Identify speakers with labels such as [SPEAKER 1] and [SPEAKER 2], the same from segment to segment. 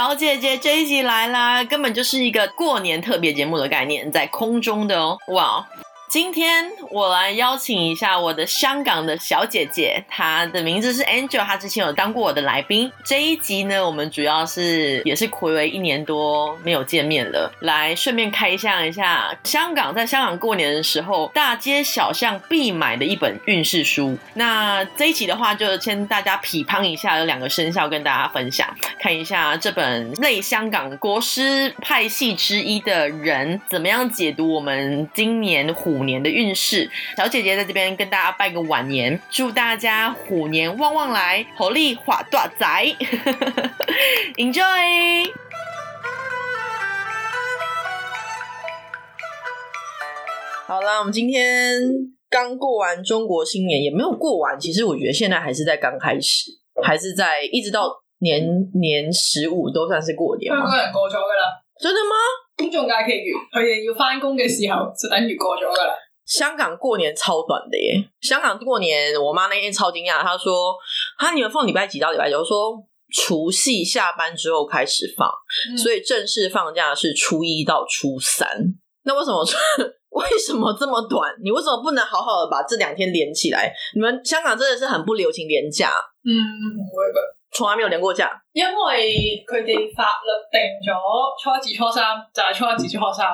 [SPEAKER 1] 好姐姐这一集来啦，根本就是一个过年特别节目的概念，在空中的哦，哇！今天我来邀请一下我的香港的小姐姐，她的名字是 Angel，她之前有当过我的来宾。这一集呢，我们主要是也是暌违一年多没有见面了，来顺便开箱一下香港，在香港过年的时候，大街小巷必买的一本运势书。那这一集的话，就先大家匹乓一下，有两个生肖跟大家分享。看一下这本类香港国师派系之一的人怎么样解读我们今年虎年的运势。小姐姐在这边跟大家拜个晚年，祝大家虎年旺旺来，猴力化大财 ，Enjoy！好啦，我们今天刚过完中国新年，也没有过完。其实我觉得现在还是在刚开始，还是在一直到年年十五都算是过年
[SPEAKER 2] 香
[SPEAKER 1] 嘛。
[SPEAKER 2] 港人過咗噶啦，
[SPEAKER 1] 真的吗？
[SPEAKER 2] 公眾假期完，佢哋要翻工嘅時候就等於過咗噶啦。
[SPEAKER 1] 香港过年超短的耶！香港过年，我妈那天超惊讶，她说：“啊，你们放礼拜几到礼拜九？”我说：“除夕下班之后开始放，
[SPEAKER 2] 嗯
[SPEAKER 1] 所以正式放假是初一到初三。那为什么 为什么这么短？你为什么不能好好的把这两天连起来？你们香港真的是很不流行连假，
[SPEAKER 2] 嗯，唔會嘅，
[SPEAKER 1] 从来没有连过假。
[SPEAKER 2] 因為佢哋法律定咗初一至初三就係、初一至初三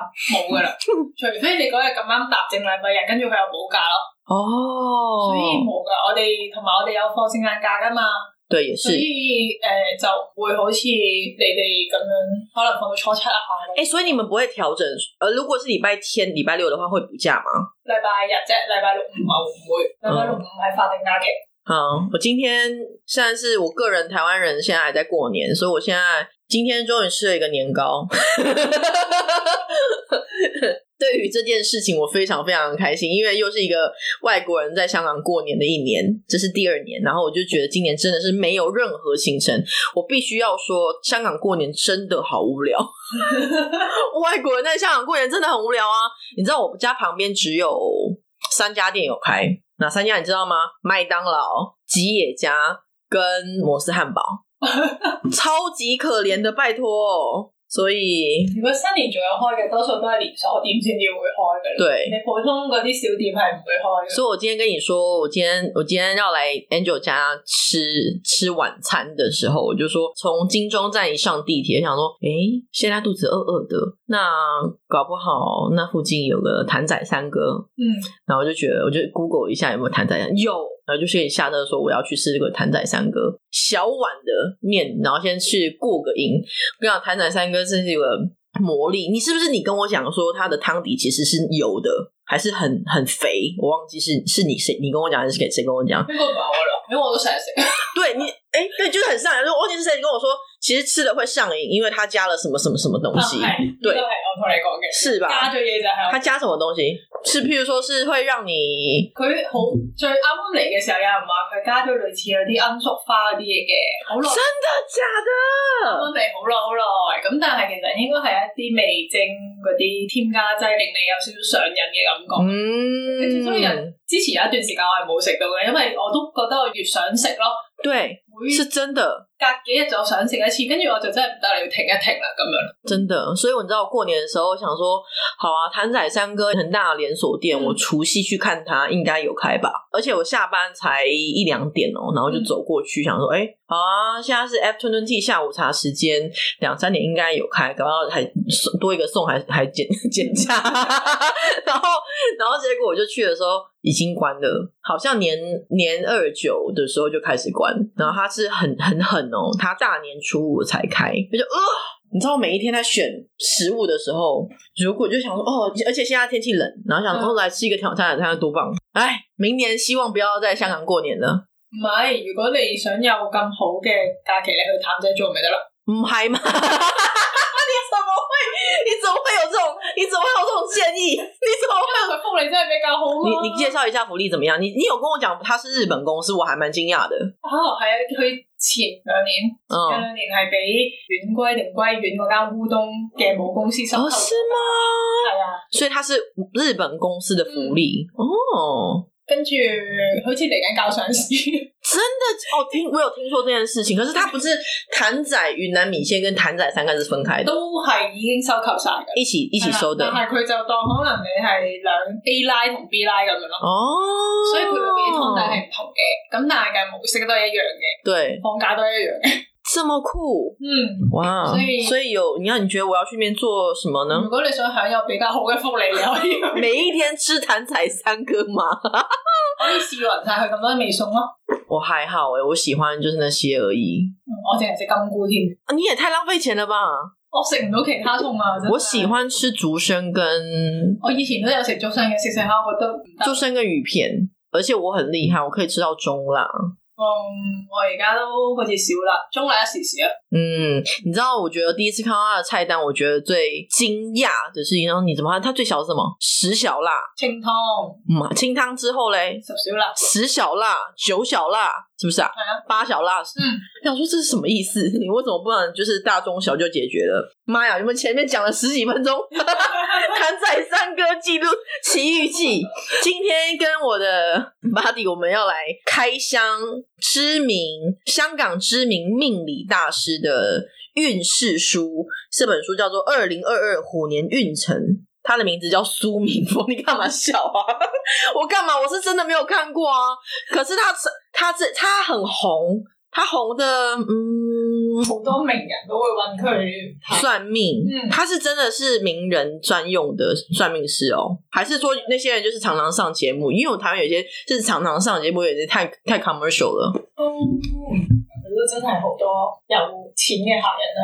[SPEAKER 2] 冇噶啦，除非你嗰日咁啱搭正禮拜日，跟住佢又補假咯，
[SPEAKER 1] 哦
[SPEAKER 2] 所以冇噶。我哋同埋我哋有放聖誕假噶嘛，
[SPEAKER 1] 对，也
[SPEAKER 2] 所
[SPEAKER 1] 是。
[SPEAKER 2] 以誒、呃就唔會好似你哋咁樣，可能放到初七啊，
[SPEAKER 1] 哎、所以你们不会调整？呃，如果是礼拜天、礼拜六的话，会补假吗？
[SPEAKER 2] 禮拜日啫，禮拜六五啊唔會，禮拜六五係法定假期。
[SPEAKER 1] 好，我今天现在是我个人台湾人，现在还在过年，所以我现在今天终于吃了一个年糕。对于这件事情，我非常非常开心，因为又是一个外国人在香港过年的一年，这是第二年，然后我就觉得今年真的是没有任何行程，我必须要说，香港过年真的好无聊。 外国人在香港过年真的很无聊啊！你知道我们家旁边只有三家店有开，哪三家你知道吗？麦当劳、吉野家跟摩斯汉堡，超级可怜的，拜托。哦所以
[SPEAKER 2] 如果新年仲有開嘅，多數都係連鎖店先至會開嘅啦。
[SPEAKER 1] 对，
[SPEAKER 2] 你普通嗰啲小店係唔會開嘅。
[SPEAKER 1] 所以我今天跟你说，我今天我今天要来 Angel 家吃吃晚餐的时候，我就说从金钟站一上地铁，想说，诶，现在肚子饿饿的，那搞不好那附近有个谭仔三哥，
[SPEAKER 2] 嗯，
[SPEAKER 1] 然后我就觉得，我就 Google 一下有没有谭仔三有，然后就去下车说我要去吃这个谭仔三哥小碗的面，然后先去过个瘾。我跟你讲，谭仔三哥真是一个魔力，你是不是你跟我讲说它的汤底其实是油的，还是很很肥？我忘记是是你谁你跟我讲还是给谁跟我讲？
[SPEAKER 2] 應該唔係我啦，因為我都 成日食。
[SPEAKER 1] 对你，哎，对，就是很上瘾。我忘记是谁跟我说，其实吃了会上瘾，因为它加了什么什么什么东西，
[SPEAKER 2] 啊係，
[SPEAKER 1] 對
[SPEAKER 2] 呢個係我同你講 嘅。
[SPEAKER 1] 是吧？
[SPEAKER 2] 加咗嘢就係
[SPEAKER 1] 它加什么东西？是譬如说是会让你
[SPEAKER 2] 佢好最啱啱嚟嘅時候，有人話佢加咗類似有啲罂粟花嗰啲嘢嘅，好耐
[SPEAKER 1] 真的假的
[SPEAKER 2] 啱？啱嚟好耐好耐。咁但係其實應該係一啲味精嗰啲添加劑，令你有少少上癮嘅感覺。
[SPEAKER 1] 嗯，
[SPEAKER 2] 所以人之前有一段時間我係冇食到嘅，因為我都覺得我越想食咯，
[SPEAKER 1] 对，
[SPEAKER 2] 每
[SPEAKER 1] 是真的，
[SPEAKER 2] 隔幾日就想食一次，跟住我就真係唔得啦，要停一停啦咁樣。
[SPEAKER 1] 真的。所以我你知道，过年的时候想说，好啊，谭仔三哥很大的连锁店，
[SPEAKER 2] 嗯
[SPEAKER 1] 我除夕去看他，应该有开吧？而且我下班才一两点哦、然后就
[SPEAKER 2] 嗯
[SPEAKER 1] 走过去，想说，哎、好啊，现在是 afternoon tea 下午茶时间，两三点应该有开，搞不好还送多一个送还还减减价。然后，然后结果我就去的时候已经关了，好像年年二九的时候就开始关，然后它是很很狠哦，它大年初五才开，我就呃。你知道我每一天在选食物的时候，如果就想说哦，而且现在天气冷，然后想说、哦
[SPEAKER 2] 嗯
[SPEAKER 1] 来吃一个挑战，看看多棒！哎，明年希望不要在香港过年了，
[SPEAKER 2] 唔係，如果你想有咁好嘅假期，你去淡仔做咪得咯。
[SPEAKER 1] 唔系嗯 嘛？你怎么会？你怎么会有这种？你怎么会有这种建议？你怎么会？
[SPEAKER 2] 因為佢福利真係比較好嘛。
[SPEAKER 1] 你你介绍一下福利怎么样？你你有跟我讲它是日本公司，我还蛮惊讶的。
[SPEAKER 2] 哦，係啊，佢前兩年有
[SPEAKER 1] 嗯，
[SPEAKER 2] 兩年係俾遠歸定歸遠嗰間烏冬嘅母公司收
[SPEAKER 1] 啊
[SPEAKER 2] 購。
[SPEAKER 1] 哦哦，是吗？
[SPEAKER 2] 係啊，
[SPEAKER 1] 所以它是日本公司的福利哦。
[SPEAKER 2] 跟住好似嚟緊教上市，
[SPEAKER 1] 真的哦，听我有听说这件事情，可是它不是谭仔云南米线跟谭仔三个是分开的，
[SPEAKER 2] 都係已經收購晒嘅。
[SPEAKER 1] 一起一起收的
[SPEAKER 2] 係啦但係佢就當可能你係兩 A line 同 B line 咁樣咯，
[SPEAKER 1] 哦，
[SPEAKER 2] 所以佢裏面嘅湯底係唔同嘅，咁但係嘅模式都係一樣嘅，
[SPEAKER 1] 对
[SPEAKER 2] 放假都一樣嘅。
[SPEAKER 1] 这么酷
[SPEAKER 2] 嗯，
[SPEAKER 1] 哇！
[SPEAKER 2] 所以
[SPEAKER 1] 所以有你要你觉得我要去面做什么呢
[SPEAKER 2] 如？果你想享有比較好嘅福利，你可以
[SPEAKER 1] 每一天吃谭仔三个吗？
[SPEAKER 2] 可以試勻晒佢咁多味餸咯。
[SPEAKER 1] 我还好诶、我喜欢就是那些而已。
[SPEAKER 2] 嗯我淨係食金菇添，
[SPEAKER 1] 啊你也太浪费钱了吧！
[SPEAKER 2] 我食唔到其他餸啊！嗯真係
[SPEAKER 1] 我喜，歡吃竹笙跟
[SPEAKER 2] 我以前都有食早餐嘅，食食下我覺得唔得
[SPEAKER 1] 竹。笙跟魚片，而且我很厲害，我可以吃到中辣。
[SPEAKER 2] 嗯，我而家都好似少啦，中辣一時時啊。
[SPEAKER 1] 嗯，你知道，我觉得第一次看到他的菜单，我觉得最惊讶的事情，然后你怎么看？他最小是什么？十小辣，
[SPEAKER 2] 清湯
[SPEAKER 1] 嗯，清汤之后嘞，
[SPEAKER 2] 十小辣，
[SPEAKER 1] 十小辣、九小辣，是不是啊？
[SPEAKER 2] 係啊，
[SPEAKER 1] 八小辣，哎我
[SPEAKER 2] 嗯，
[SPEAKER 1] 想说这是什么意思？你为什么不能就是大中小就解决了？妈呀，你们前面讲了十几分钟，谭仔三哥记录《奇遇记》，今天跟我的 buddy 我们要来开箱知名香港知名命理大师的运势书，这本书叫做《二零二二虎年运程》。他的名字叫苏明峰，你干嘛笑啊？我干嘛？我是真的没有看过啊。可是他他这他很红，他红的，嗯，
[SPEAKER 2] 好多名人都會揾佢睇。
[SPEAKER 1] 算命，
[SPEAKER 2] 嗯
[SPEAKER 1] 他是真的是名人专用的算命师哦，还是说那些人就是常常上节目？因为我台湾有些就是常常上节目，有些太太 commercial 了。
[SPEAKER 2] 都佢嗯都真係好多有錢嘅客人啦、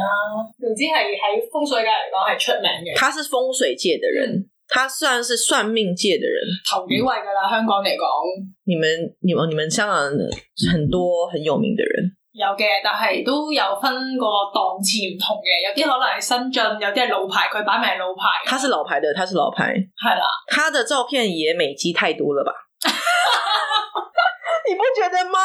[SPEAKER 2] 總之係喺風水界嚟講係出名嘅，
[SPEAKER 1] 他是风水界的人，他算是算命界的人。
[SPEAKER 2] 頭幾位㗎啦。香港嚟講
[SPEAKER 1] 你们、你们、你们香港人很多很有名的人，
[SPEAKER 2] 有嘅，但係都有分個檔次唔同嘅，有啲可能係新進，有啲係老牌，佢擺明係老牌。
[SPEAKER 1] 他是老牌的，他是老牌，
[SPEAKER 2] 係啦，
[SPEAKER 1] 他的照片也美肌太多 了吧？你不觉得吗？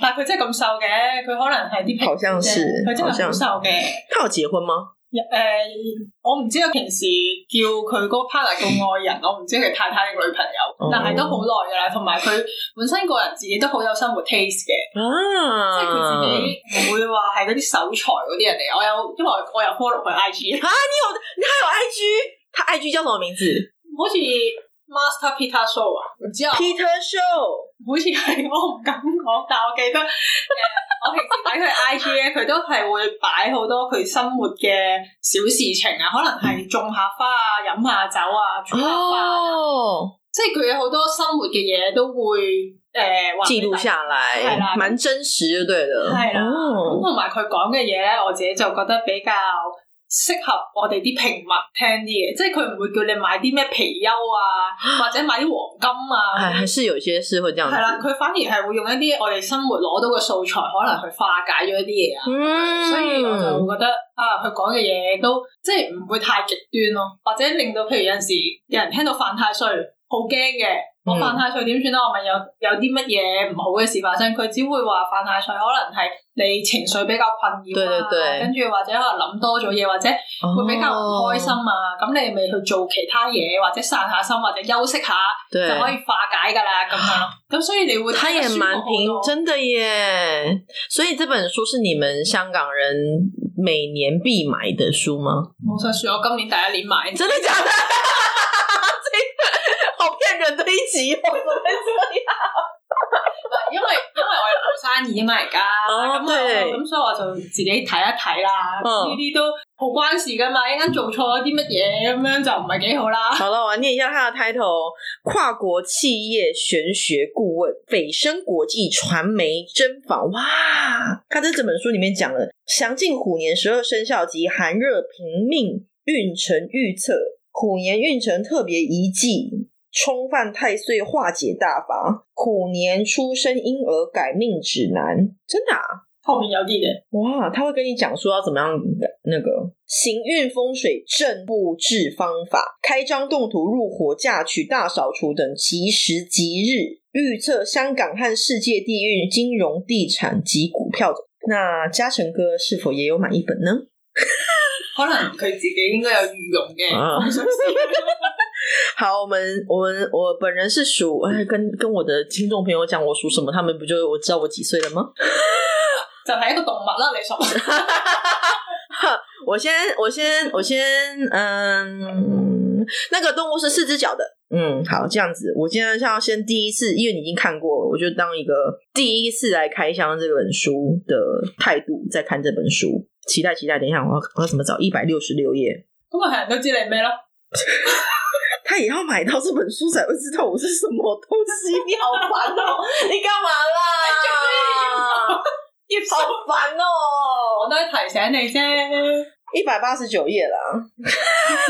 [SPEAKER 2] 但係佢真係咁瘦嘅，佢可能係啲平
[SPEAKER 1] 好像是
[SPEAKER 2] 佢真
[SPEAKER 1] 好
[SPEAKER 2] 係
[SPEAKER 1] 像
[SPEAKER 2] 好
[SPEAKER 1] 是
[SPEAKER 2] 瘦嘅。
[SPEAKER 1] 他有结婚吗？
[SPEAKER 2] 誒、我唔知佢平時叫佢嗰個 partner 叫愛人，我唔知佢太太定女朋友，
[SPEAKER 1] 哦
[SPEAKER 2] 但係都好耐㗎啦。同埋佢本身個人自己都好有生活 taste 嘅。即係
[SPEAKER 1] 啊，
[SPEAKER 2] 佢自己唔會話係嗰啲手財嗰啲人嚟。我有因為我有 follow 佢 IG，
[SPEAKER 1] 他有 IG，他 IG 叫什么名字
[SPEAKER 2] 好似 Master Peter Show 啊，唔知啊，
[SPEAKER 1] ？Peter Show。
[SPEAKER 2] 好似係我唔敢講，但我記得誒、呃我平時睇佢 IG 咧，佢都係會擺好多佢生活嘅小事情啊，可能係種下花啊、飲下酒啊、煮下飯啊，
[SPEAKER 1] 哦，
[SPEAKER 2] 即係佢有好多生活嘅嘢都會呃誒、話
[SPEAKER 1] 记
[SPEAKER 2] 俾
[SPEAKER 1] 录
[SPEAKER 2] 大家
[SPEAKER 1] 下
[SPEAKER 2] 係
[SPEAKER 1] 来，
[SPEAKER 2] 啦
[SPEAKER 1] 蛮真实就对了。
[SPEAKER 2] 係啦咁
[SPEAKER 1] 哦，
[SPEAKER 2] 同埋佢講嘅嘢咧，我自己就覺得比較適合我哋啲平民聽啲嘅，即係佢唔會叫你買啲咩貔 貅啊，或者買啲黃金
[SPEAKER 1] 还
[SPEAKER 2] 啊。
[SPEAKER 1] 还是有些是会这样子
[SPEAKER 2] 係。啦，佢反而係會用一啲我哋生活攞到嘅素材，可能去化解咗一啲嘢啊。
[SPEAKER 1] 嗯，
[SPEAKER 2] 所以我就會覺得啊，佢講嘅嘢都即係唔會太極端咯，或者令到譬如有陣時有人聽到犯太歲，好驚嘅。我
[SPEAKER 1] 嗯
[SPEAKER 2] 犯太歲點算啊啦？我咪有有啲乜嘢唔好嘅事發生，佢只會話犯太歲可能係你情緒比較困擾
[SPEAKER 1] 對
[SPEAKER 2] 啊，
[SPEAKER 1] 對對
[SPEAKER 2] 跟住或者可能諗多咗嘢，或者會比較唔開心
[SPEAKER 1] 哦。
[SPEAKER 2] 啊。咁、你咪去做其他嘢，或者散下心，或者休息下，就
[SPEAKER 1] 对，
[SPEAKER 2] 可以化解㗎啦咁樣咯。 咁所以你會
[SPEAKER 1] 他
[SPEAKER 2] 睇
[SPEAKER 1] 也
[SPEAKER 2] 得舒服
[SPEAKER 1] 蛮
[SPEAKER 2] 好
[SPEAKER 1] 平，
[SPEAKER 2] 多
[SPEAKER 1] 真的耶。所以这本书是你们香港人每年必买的书 吗？
[SPEAKER 2] 冇想算我今年第一年買。
[SPEAKER 1] 真的假的？ 这个好骗人的一集哦，怎么会这样？
[SPEAKER 2] 因 為因為我有做生意啊嘛而家，
[SPEAKER 1] 哦
[SPEAKER 2] 咁
[SPEAKER 1] 對
[SPEAKER 2] 我咁所以我就自己睇一睇啦。
[SPEAKER 1] 嗯
[SPEAKER 2] 呢啲都好關事噶嘛，一陣間做錯咗啲乜嘢咁樣就唔係幾好啦。
[SPEAKER 1] 好了，我来念一下他的 title：跨国企业玄学顾问，北升国际传媒专访。哇，他在这本书里面讲了详尽虎年十二生肖及寒热平命运程预测，虎年运程特别遗迹。冲犯太岁化解大法，虎年出生婴儿改命指南，真的啊？
[SPEAKER 2] 後面有啲嘅，
[SPEAKER 1] 哇，他会跟你讲说要怎么样那个行运风水正布置方法，开张动土入火嫁娶大扫除等吉时吉日，预测香港和世界地运、金融、地产及股票。那嘉诚哥是否也有买一本呢？
[SPEAKER 2] 可能佢自己應該有御用嘅。
[SPEAKER 1] 啊
[SPEAKER 2] 我唔想知
[SPEAKER 1] 好，我们我们我本人是属，哎跟跟我的听众朋友讲我属什么，他们不就我知道我几岁了吗？
[SPEAKER 2] 就係一個動物啦， 你所講
[SPEAKER 1] 我先我先我先，嗯，那个动物是四只脚的。嗯，好，这样子，我今天要先第一次，因为你已经看过了，我就当一个第一次来开箱这本书的态度在看这本书，期待期待。等一下，我要我要怎么找一百六十六页？
[SPEAKER 2] 咁啊係人都知你咩 咯？
[SPEAKER 1] 他也要买到这本书才会知道我是什么东西，你好烦哦、你干嘛啦？
[SPEAKER 2] 葉叔，
[SPEAKER 1] 好烦哦、
[SPEAKER 2] 我都係提醒你啫。
[SPEAKER 1] 一百八十九页啦。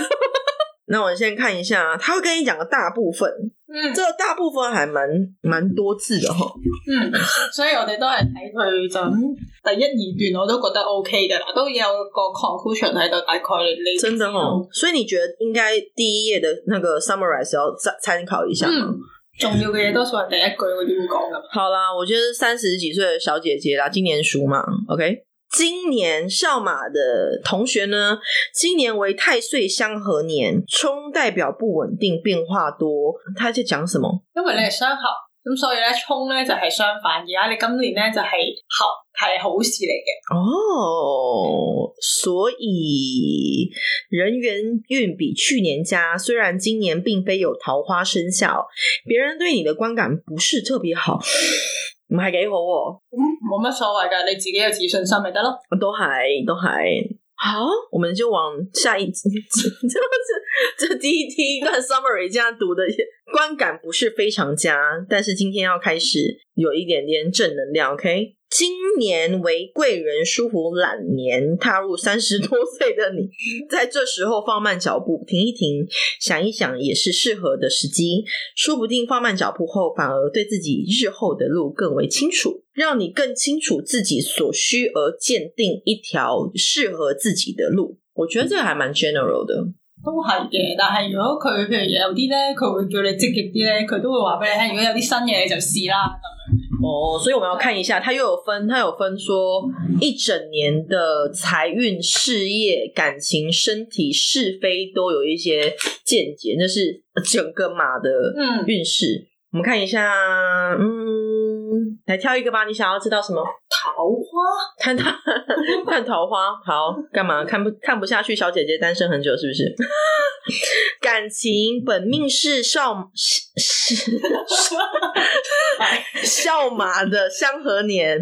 [SPEAKER 1] 那我先看一下，他会跟你讲个大部分，
[SPEAKER 2] 嗯
[SPEAKER 1] 这个大部分还蛮蛮多字的哈。
[SPEAKER 2] 嗯， 所以我哋都係睇佢就咁第一二段，我都覺得 O K 嘅啦，都有個 conclusion 喺度，大概你你
[SPEAKER 1] 真的哦，所以你觉得应该第一页的那个 summarize 要参参考一下吗？
[SPEAKER 2] 嗯，重要嘅嘢多數係第一句嗰啲會講噶嘛。
[SPEAKER 1] 好啦，我觉得三十几岁的小姐姐啦，今年属马，OK。今年上马的同学呢，今年为太岁相合年，冲代表不稳定，变化多。他在讲什么？
[SPEAKER 2] 因為你係雙合，咁所以咧衝咧就係相反，而家你今年咧就係合係好事嚟嘅。
[SPEAKER 1] 哦，所以人缘运比去年佳，虽然今年并非有桃花生效，别人对你的观感不是特别好， 唔系几好喎、
[SPEAKER 2] 冇乜所謂㗎，你自己有自信心咪得咯。
[SPEAKER 1] 都还都还好，我们就往下一集， 这这第一第一段 summary 这样读的观感不是非常佳，但是今天要开始有一点点正能量，OK。今年为贵人舒服懒年，踏入三十多岁的你，在这时候放慢脚步，停一停，想一想，也是适合的时机。说不定放慢脚步后，反而对自己日后的路更为清楚，让你更清楚自己所需，而鉴定一条适合自己的路。我觉得这个还蛮 general 的，
[SPEAKER 2] 都係嘅，但係如果佢譬如有啲咧，佢會叫你積極啲咧，佢都會話俾你聽。如果有啲新嘢你就試啦。
[SPEAKER 1] 哦，所以我们要看一下，它又有分，它有分说一整年的财运、事业、感情、身体、是非都有一些见解，那是整个马的
[SPEAKER 2] 嗯
[SPEAKER 1] 运势。我们看一下，嗯，来挑一个吧，你想要知道什么？
[SPEAKER 2] 桃花
[SPEAKER 1] 看他看桃花，好干嘛？看不看不下去？小姐姐单身很久是不是？感情本命是少是是笑马的相合年，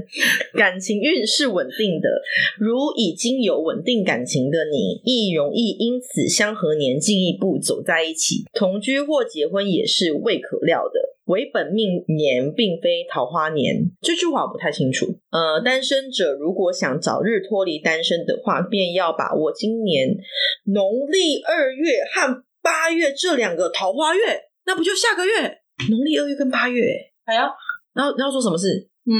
[SPEAKER 1] 感情运是稳定的。如已经有稳定感情的你，亦容易因此相合年进一步走在一起，同居或结婚也是未可料的。为本命年，并非桃花年。这句话我不太清楚。呃，单身者如果想早日脱离单身的话，便要把握今年农历二月和八月这两个桃花月。那不就下个月？农历二月跟八月、欸
[SPEAKER 2] 係啊，
[SPEAKER 1] 然后然后说什么事？
[SPEAKER 2] 嗯，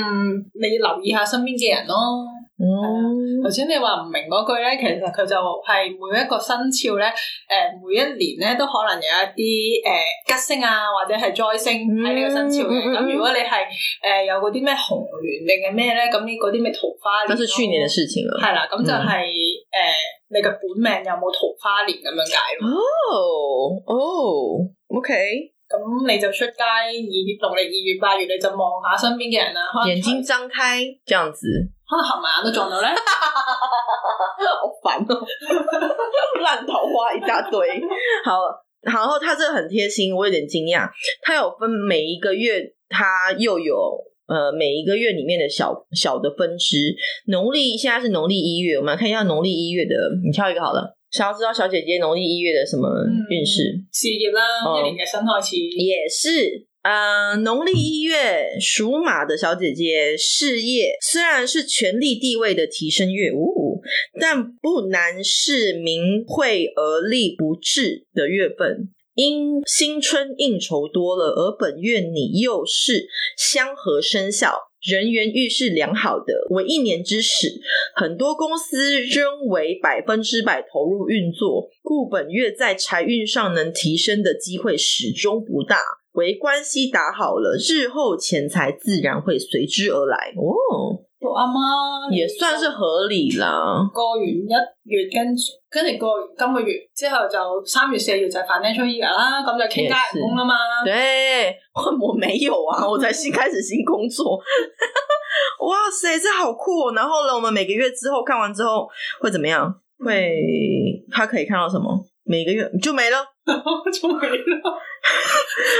[SPEAKER 2] 你留意下身邊嘅人咯。
[SPEAKER 1] 嗯
[SPEAKER 2] 頭先你話唔明嗰句咧，其實佢就係每一個生肖咧，誒、每一年咧都可能有一啲誒、吉星啊，或者係災星喺你個生肖嘅。
[SPEAKER 1] 嗯嗯嗯
[SPEAKER 2] 咁、如果你係誒、有嗰啲咩紅鸾定係咩咧，咁呢嗰啲咩桃花年咯
[SPEAKER 1] 那是去年的事嗯情了。
[SPEAKER 2] 係啦，咁就係、誒、你嘅本命有冇桃花年咁樣解咯。
[SPEAKER 1] 哦哦，OK，
[SPEAKER 2] 咁你就出街二月農曆二月八月，你就望下身邊嘅人啊啦，可能
[SPEAKER 1] 眼睛张开这样子，
[SPEAKER 2] 可能合埋眼都撞到咧。
[SPEAKER 1] 好烦哦， 烂桃花一大堆。 好，然后他这个很贴心，我有点惊讶，他有分每一个月，他又有。呃，每一个月里面的小小的分支，农历现在是农历一月，我们来看一下农历一月的，你挑一个好了。想要知道小姐姐农历一月的什么运势？
[SPEAKER 2] 嗯事業啦，
[SPEAKER 1] 嗯哦
[SPEAKER 2] 一年嘅新開始。
[SPEAKER 1] 也是。呃，农历一月属马的小姐姐，事业虽然是权力地位的提升月，呜、但不难是名讳而立不至的月份。因新春应酬多了，而本月你又是相合生肖，人缘运势良好的，为一年之始。很多公司仍为百分之百投入运作，故本月在财运上能提升的机会始终不大。为关系打好了，日后钱财自然会随之而来。哦，
[SPEAKER 2] 做阿媽
[SPEAKER 1] 也算是合理啦。
[SPEAKER 2] 過完一月，跟住跟住過完今個月之後就三月四月就係 financial year 啦，咁就傾加人工啦嘛。
[SPEAKER 1] 对，我没有啊，我才新开始新工作。 哇塞，这好酷、哦！然后呢，我们每个月之后看完之后会怎么样？会他可以看到什么？每个月就没了，
[SPEAKER 2] 就没了。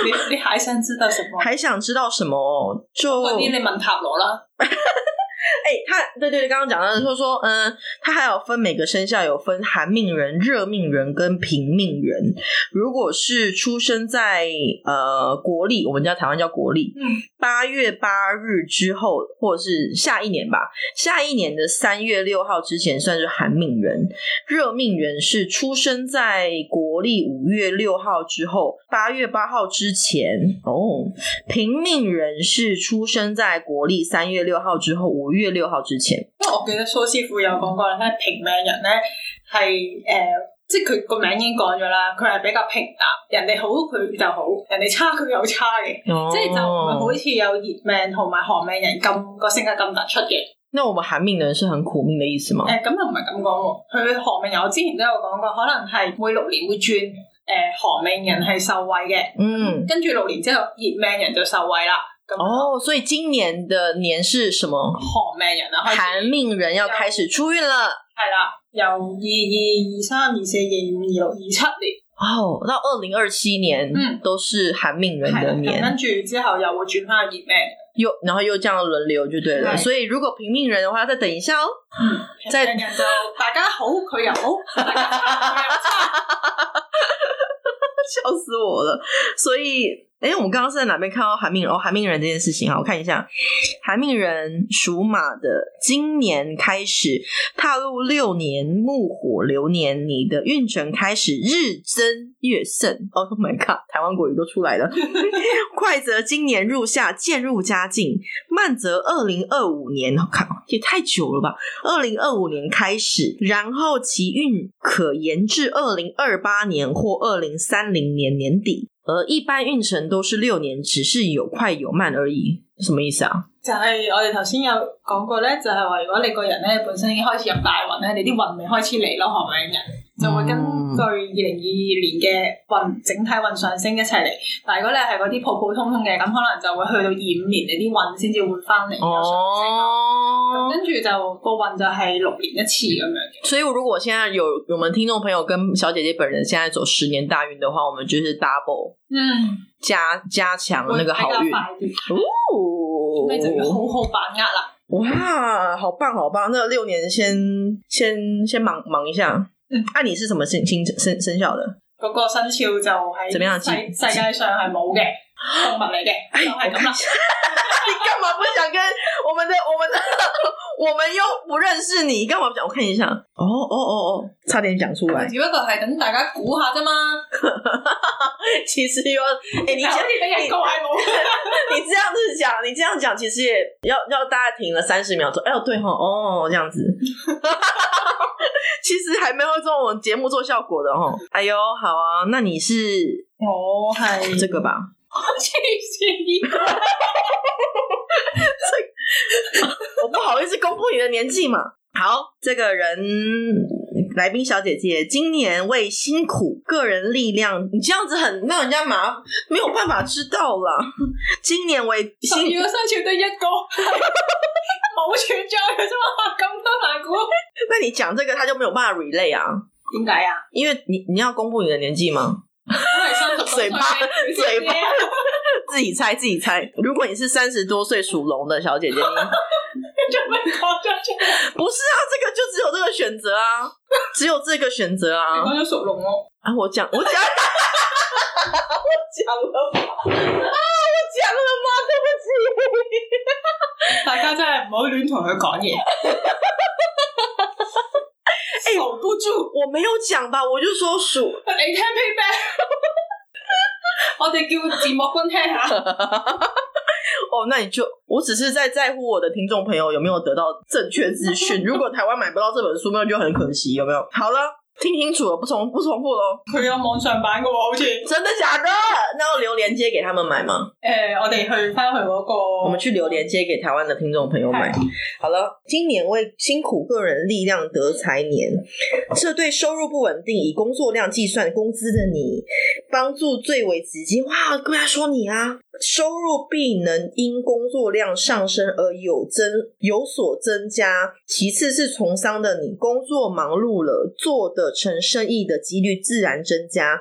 [SPEAKER 2] 你你還想知道什麼？
[SPEAKER 1] 还想知道什么？哦就
[SPEAKER 2] 嗰啲你問塔羅啦。
[SPEAKER 1] 哎、他对对对，刚刚讲到的说说，嗯，他还有分每个生肖有分寒命人、热命人跟平命人。如果是出生在呃国历，我们叫台湾叫国历，
[SPEAKER 2] 嗯，
[SPEAKER 1] 八月八日之后，或者是下一年吧，下一年的三月六号之前算是寒命人。热命人是出生在国历五月六号之后，八月八号之前哦。平命人是出生在国历三月六號之後，五月六號之前。
[SPEAKER 2] 因為我記得蘇師傅有講過咧，平命人咧係誒，即係佢個名已經講咗啦，佢係比較平淡，人哋好佢就好，人哋差佢又差嘅，
[SPEAKER 1] 哦
[SPEAKER 2] 即係就唔會好似有熱命同埋寒命人咁個性格咁突出嘅。
[SPEAKER 1] 那我們寒命人是很苦命的意思嗎？
[SPEAKER 2] 誒咁又唔係咁講喎，佢寒命人我之前都有講過，可能係每六年會轉誒寒命人係受惠嘅，
[SPEAKER 1] 嗯，
[SPEAKER 2] 跟住六年之後熱命人就受惠啦。咁
[SPEAKER 1] 哦，所以今年的年是什麼？
[SPEAKER 2] 寒命人啊，開始
[SPEAKER 1] 寒命人要開始出運了。
[SPEAKER 2] 係啦，由二二二三二四二五二六二七年。
[SPEAKER 1] 哦，到二零二七年，
[SPEAKER 2] 嗯
[SPEAKER 1] 都是寒命人
[SPEAKER 2] 係啦
[SPEAKER 1] 的
[SPEAKER 2] 咁
[SPEAKER 1] 年，
[SPEAKER 2] 跟住之後又會轉翻去熱咩？
[SPEAKER 1] 又然後又這樣輪流就對了。
[SPEAKER 2] 對
[SPEAKER 1] 所以如果平命人的話，再等一下哦。即係
[SPEAKER 2] 人人就大家好，佢又好，大家差佢又差
[SPEAKER 1] 笑死我了。所以，哎，我们刚刚是在哪边看到韩命人？哦，韩命人这件事情啊，我看一下，韩命人属马的，今年开始踏入六年木火流年，你的运程开始日增月盛。Oh my god，台湾国语都出来了。 快则今年入夏渐入佳境，慢则二零二五年，我看也太久了吧。二零二五年开始，然后其运可延至二零二八年或二零三零年年底。而一般运程都是六年，只是有快有慢而已。什么意思啊？
[SPEAKER 2] 就係我哋頭先有講過咧，就係話如果你個人咧本身已經開始入大運咧，你啲運咪開始嚟咯，寒命人就會根
[SPEAKER 1] 嗯
[SPEAKER 2] 據二零二二年嘅運整體運上升一齊嚟。但係如果你係嗰啲普普通通嘅，咁可能就會去到二五年你啲運先至會翻嚟。有上升咁
[SPEAKER 1] 哦，
[SPEAKER 2] 跟住就個運就係六年一次咁樣嘅。
[SPEAKER 1] 所以如果我现在有我们听众朋友跟小姐姐本人现在走十年大运的话，我们就是 double
[SPEAKER 2] 嗯，
[SPEAKER 1] 加加强那个好
[SPEAKER 2] 會比
[SPEAKER 1] 运
[SPEAKER 2] 較快啲。
[SPEAKER 1] 哦
[SPEAKER 2] 咁你就要好好把握啦。
[SPEAKER 1] 哇，好棒好棒！那六年先先先忙忙一下。
[SPEAKER 2] 嗯，
[SPEAKER 1] 啊，你是什么生生生生肖的？
[SPEAKER 2] 嗰個生肖就喺
[SPEAKER 1] 怎麼樣
[SPEAKER 2] 世世界上係冇嘅動物嚟嘅，就係咁啦。
[SPEAKER 1] 你干嘛不想跟我们的我们的 我们又不认识你，干嘛不想？我看一下。哦哦哦哦，差点讲出来。
[SPEAKER 2] 只不過係等大家估下啫嘛。
[SPEAKER 1] 其实又要，哎、你
[SPEAKER 2] 你
[SPEAKER 1] 讲
[SPEAKER 2] 好似俾人告係冇。
[SPEAKER 1] 你这样子讲，你这样讲，其实也要要大家停了三十秒钟。哎呦，对哈，哦，这样子， 其实还没有做我们节目做效果的哦。哎呦，好啊，那你是
[SPEAKER 2] 我係
[SPEAKER 1] 这个吧？
[SPEAKER 2] 黐線呢個
[SPEAKER 1] 我不好意思公布你的年纪嘛。好，这个人来宾小姐姐今年为辛苦个人力量，你这样子很让人家麻没有办法知道啦。 今年为
[SPEAKER 2] 十
[SPEAKER 1] 辛
[SPEAKER 2] 二個生肖得一個，冇存在嘅啫嘛，咁都難估。
[SPEAKER 1] 那你講這個他就沒有辦法 relay 啊，
[SPEAKER 2] 點解啊？
[SPEAKER 1] 因為你你要公布你的年紀嗎？
[SPEAKER 2] 因為三十多
[SPEAKER 1] 嘴
[SPEAKER 2] 歲
[SPEAKER 1] 巴嘴巴
[SPEAKER 2] 你知唔知 啊
[SPEAKER 1] 自己猜自己猜。如果你是三十多歲屬龍的小姐姐，你
[SPEAKER 2] 做咩講咗出嚟？
[SPEAKER 1] 不是啊，這個就只有這個選擇啊，只有這個選擇啊。
[SPEAKER 2] 講咗屬龍喎。
[SPEAKER 1] 啊，我讲， 我讲，我讲了吗？啊，我讲了吗？对不起。
[SPEAKER 2] 大家真係唔好亂同佢講嘢。守不住，
[SPEAKER 1] 我没有讲吧，我就说属，
[SPEAKER 2] 你聽 playback，我哋叫字幕君聽下。
[SPEAKER 1] 哦，那你就，我只是在在乎我的听众朋友有没有得到正确资讯。如果台湾买不到这本书，那就很可惜，有没有？好了，听清楚了，不重不重复喽。
[SPEAKER 2] 佢有網上版嘅喎，好似
[SPEAKER 1] 真的假的？那我留連接给他们买吗？
[SPEAKER 2] 诶、我哋去翻去嗰個，
[SPEAKER 1] 我们去留连接给台湾的听众朋友买。好了，今年为辛苦个人力量得财年，这对收入不稳定、以工作量计算工资的你，帮助最为直接。哇，跟他说你啊，收入必能因工作量上升而有增有所增加。其次是从商的你，工作忙碌了，做得成生意的几率自然增加。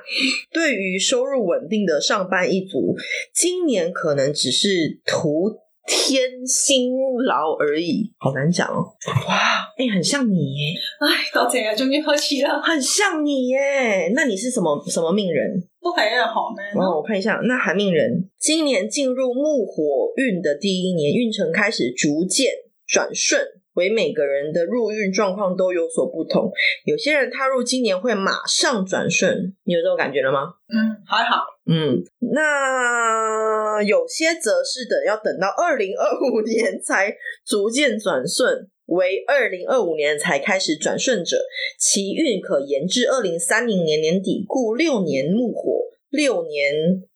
[SPEAKER 1] 对于收入稳定的上班一族，今年可能只是徒添辛劳而已，好难讲哦。哇，哎、很像你耶，
[SPEAKER 2] 唉，多謝啊，終於開始啦，
[SPEAKER 1] 很像你耶。那你是什么什么命人？
[SPEAKER 2] 都係一樣行咩？
[SPEAKER 1] 然后我看一下，那韩命人今年进入木火运的第一年，运程开始逐渐转顺。为每个人的入运状况都有所不同，有些人踏入今年会马上转顺，你有这种感觉了吗？
[SPEAKER 2] 嗯，还好。
[SPEAKER 1] 嗯，那有些则是等要等到二零二五年才逐渐转顺，为二零二五年才开始转顺者，其运可延至二零三零年年底，故六年木火，六年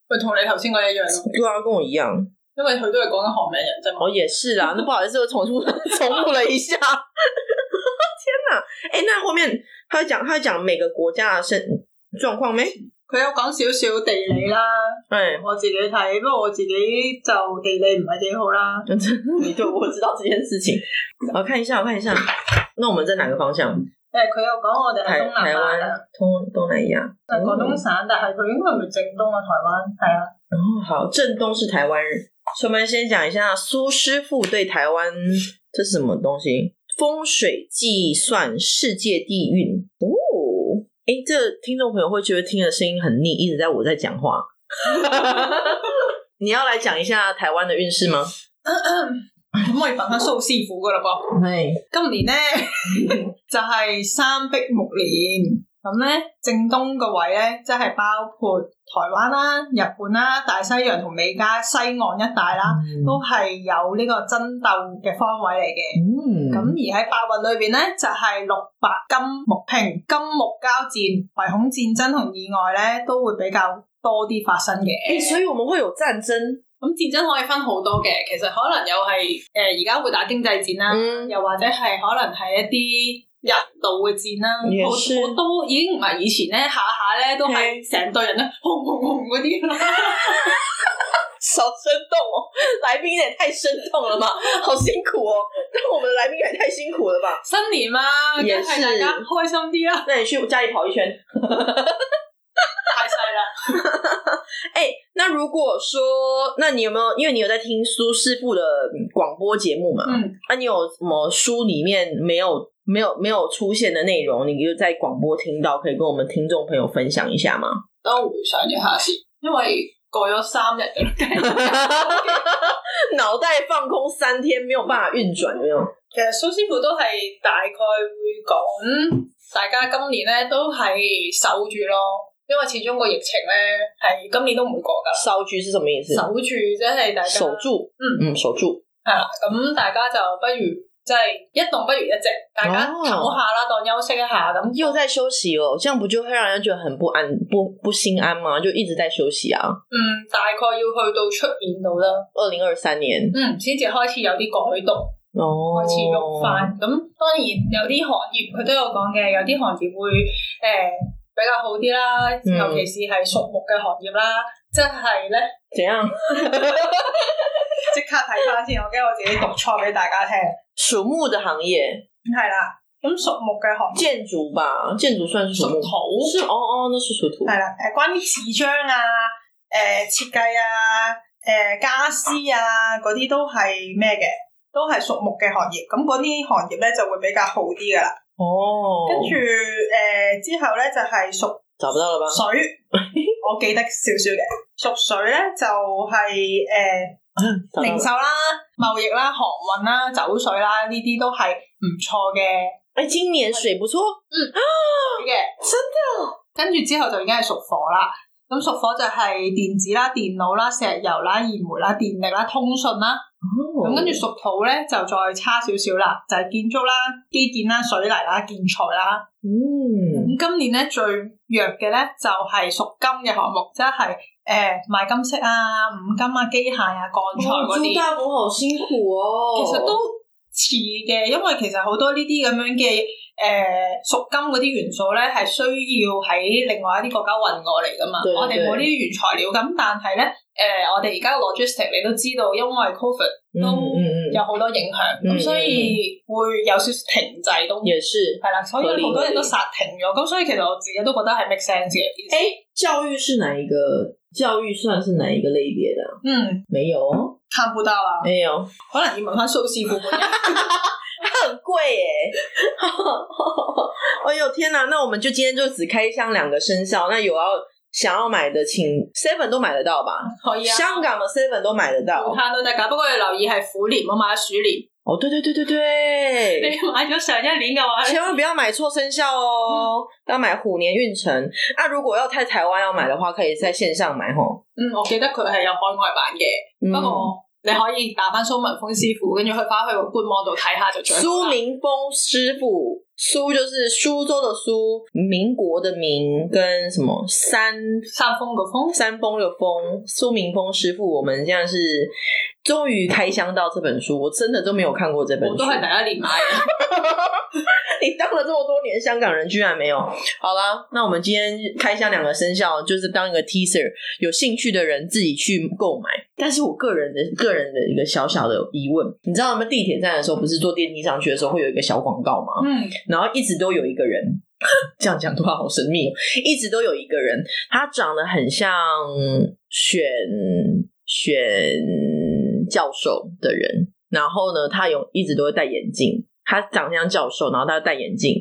[SPEAKER 2] 佢同你頭先嗰一樣咯，
[SPEAKER 1] 对啊，跟我一样，
[SPEAKER 2] 因為佢都係講緊行咩人啫嘛。
[SPEAKER 1] 我哦也是啦。那不好意思，我重复 重复了一下。天哪，哎、那后面他会讲，他会讲每个国家的生状况没？
[SPEAKER 2] 佢有講少少地理啦，
[SPEAKER 1] 哎、
[SPEAKER 2] 我自己睇，不過我自己就地理唔係幾好 啦。
[SPEAKER 1] 你对我知道这件事 情。我看一下，我看一下。那我们在哪个方向？
[SPEAKER 2] 誒，佢有講我哋
[SPEAKER 1] 台
[SPEAKER 2] 係哦東南
[SPEAKER 1] 台
[SPEAKER 2] 亞
[SPEAKER 1] 湾
[SPEAKER 2] 嘅，、
[SPEAKER 1] 东东南亚。哦
[SPEAKER 2] 係廣東省，但係佢應該唔係正東啊，台灣 係啊。
[SPEAKER 1] 然后好，正东是台湾人。所以我们先讲一下苏师傅对台湾这是什么东西？风水计算世界地运哦。哎，这个听众朋友会觉得听的声音很腻，一直在我在讲话。 你要来讲一下台湾的运势吗？
[SPEAKER 2] 咁我哋問下蘇師傅噶啦噃。
[SPEAKER 1] 哎，
[SPEAKER 2] 今年咧
[SPEAKER 1] 嗯
[SPEAKER 2] 就係三碧木年，咁咧正東個位咧，即係包括台灣啦、日本啦、大西洋同美加西岸一帶啦，都係有呢個爭鬥嘅方位嚟嘅。
[SPEAKER 1] 嗯，
[SPEAKER 2] 咁而喺八運裏邊咧，就係、六白金木拼金木交戰，唯恐戰爭同意外咧都會比較多啲發生嘅。
[SPEAKER 1] 哎，所以我们会有战争。
[SPEAKER 2] 咁戰爭可以分好多嘅，其實可能又係誒而家會打經濟戰啦。
[SPEAKER 1] 嗯，
[SPEAKER 2] 又或者係可能係一啲人道嘅戰啦，
[SPEAKER 1] 也
[SPEAKER 2] 好
[SPEAKER 1] 是
[SPEAKER 2] 好都已經唔係以前咧下下咧都係成隊人咧紅紅紅嗰啲 啦，
[SPEAKER 1] 少生动哦，来宾也太生动了吧， 好辛苦哦。但我们的来宾也太辛苦了吧？
[SPEAKER 2] 新年嘛，梗
[SPEAKER 1] 也
[SPEAKER 2] 係大
[SPEAKER 1] 是
[SPEAKER 2] 家開心啲啦，
[SPEAKER 1] 那你去家里跑一圈。
[SPEAKER 2] 太細 啦，
[SPEAKER 1] 哎、那如果说，那你有没有？因为你有在听苏师傅的广播节目嘛？
[SPEAKER 2] 嗯，
[SPEAKER 1] 那、你有什么书里面没有、没有、没有出现的内容，你就在广播听到，可以跟我们听众朋友分享一下吗？
[SPEAKER 2] 等我回想一下先，因為過咗三日嘅啦， 梗係
[SPEAKER 1] 脑袋放空三天，没有办法运转，有没有？
[SPEAKER 2] 其實蘇師傅都係大概會講，大家今年咧都係守住咯，因為始終個疫情咧係今年都唔會過噶啦，
[SPEAKER 1] 烧居是什么意思？
[SPEAKER 2] 守住即係大家
[SPEAKER 1] 守住，
[SPEAKER 2] 嗯
[SPEAKER 1] 嗯，守住。
[SPEAKER 2] 系啦，咁大家就不如即係一動不如一靜，大家
[SPEAKER 1] 哦
[SPEAKER 2] 唞下啦，當休息一下咁。
[SPEAKER 1] 又在休息哦，这样不就会让人觉得很不安、不不心安吗？就一直在休息啊。
[SPEAKER 2] 嗯，大概要去到出年度啦，
[SPEAKER 1] 二零二三年
[SPEAKER 2] 嗯，先至開始有啲改動，
[SPEAKER 1] 哦，
[SPEAKER 2] 開始喐翻。咁、當然有啲行業佢都有講嘅，有啲行業會诶、比較好啲啦，
[SPEAKER 1] 嗯
[SPEAKER 2] 尤其是係屬木嘅行業啦，即係咧
[SPEAKER 1] 怎样？
[SPEAKER 2] 即刻睇翻先，我驚我自己讀錯俾大家聽。
[SPEAKER 1] 属木的行业，
[SPEAKER 2] 係啦，咁屬木嘅行業
[SPEAKER 1] 建筑吧，建筑算是属
[SPEAKER 2] 屬
[SPEAKER 1] 木，
[SPEAKER 2] 土。
[SPEAKER 1] 是哦哦，那是属土
[SPEAKER 2] 系。啦，誒關於時裝啊、誒設計啊、誒家私啊嗰啲都係咩嘅，都係屬木嘅行業。咁嗰啲行業咧就會比較好啲噶啦。
[SPEAKER 1] 哦，
[SPEAKER 2] 跟住誒之後咧就係屬
[SPEAKER 1] 找不 到了吧？
[SPEAKER 2] 水，我記得少少嘅。屬水咧就係、誒、
[SPEAKER 1] 找到
[SPEAKER 2] 零
[SPEAKER 1] 了。
[SPEAKER 2] 售啦、貿易啦、航運啦、酒水啦，呢啲都係唔錯嘅
[SPEAKER 1] 哎，今年水不错，
[SPEAKER 2] 哦嘅，真嘅。跟住之後就已經係屬火啦。咁屬火就係電子啦、電腦啦、石油啦、燃煤啦、電力啦、通訊啦。咁、
[SPEAKER 1] 咁
[SPEAKER 2] 跟住屬土咧就再差少少啦，就係、建築啦、基建啦、水泥啦、建材啦。
[SPEAKER 1] 嗯，嗯，
[SPEAKER 2] 咁今年咧最弱嘅咧就係、屬金嘅項目，即係誒買金飾啊、五金啊、機械啊、鋼材嗰
[SPEAKER 1] 哦朱
[SPEAKER 2] 啲，
[SPEAKER 1] 大伯好辛苦哦，
[SPEAKER 2] 其實都似嘅，因為其實好多呢啲咁樣嘅誒屬金嗰啲元素咧，係需要喺另外一啲國家運過嚟噶嘛。
[SPEAKER 1] 對
[SPEAKER 2] 我哋冇呢啲原材料，咁但係咧誒，我哋而家 logistic 你都知道，因為 covid
[SPEAKER 1] 嗯嗯嗯，
[SPEAKER 2] 有好多影響，咁、
[SPEAKER 1] 嗯
[SPEAKER 2] 所以會有少少停滯都。
[SPEAKER 1] 也是。
[SPEAKER 2] 係啦，所以
[SPEAKER 1] 合理
[SPEAKER 2] 好多人
[SPEAKER 1] 合
[SPEAKER 2] 都
[SPEAKER 1] 理
[SPEAKER 2] 煞停咗，咁所以其實我自己都覺得係 make sense 嘅。
[SPEAKER 1] 哎，教育是哪一个？教育算是哪一个类别的啊？
[SPEAKER 2] 嗯，
[SPEAKER 1] 没有哦，
[SPEAKER 2] 看不到啊，
[SPEAKER 1] 没有，
[SPEAKER 2] 可能要問翻蘇師傅本人。
[SPEAKER 1] 它很贵哎。 哎呦天哪！那我们就今天就只开箱两个生肖，那有要想要买的，请 Seven 都买得到吧？
[SPEAKER 2] 可以啊，
[SPEAKER 1] 香港的 Seven 都买得到
[SPEAKER 2] 湖。灘都得㗎，不過要留意係虎年，唔好買鼠年。
[SPEAKER 1] 哦，對對對對對，
[SPEAKER 2] 你買咗上一年嘅話，
[SPEAKER 1] 千万不要买错生肖哦，要买虎年运程。那、如果要在台湾要买的话，可以在线上买吼。
[SPEAKER 2] 嗯，我記得佢係有海外版
[SPEAKER 1] 嗯
[SPEAKER 2] 嘅，不過你可以打翻蘇文峰師傅，跟住去翻去個官網度睇下就最好
[SPEAKER 1] 苏
[SPEAKER 2] 啦。
[SPEAKER 1] 明峰师傅，苏就是苏州的苏，民国的民，跟什么山
[SPEAKER 2] 山峰個峰，
[SPEAKER 1] 山峰的峰，苏明峰师傅。我们现在是终于开箱到这本书，我真的都没有看过这本
[SPEAKER 2] 我
[SPEAKER 1] 书
[SPEAKER 2] 都。係第一年買嘅。
[SPEAKER 1] 你当了这么多年香港人，居然没有。好啦，那我们今天开箱两个生肖，就是当一个 teaser，有兴趣的人自己去购买。但是我个人的个人的一个小小的疑问，你知道我们地铁站的时候，不是坐电梯上去的时候会有一个小广告吗？
[SPEAKER 2] 嗯，
[SPEAKER 1] 然后一直都有一个人， 这样讲的话好神秘哦，一直都有一个人，他长得很像选选教授的人，然后呢，他有一直都会戴眼镜，他长得像教授，然后他戴眼镜，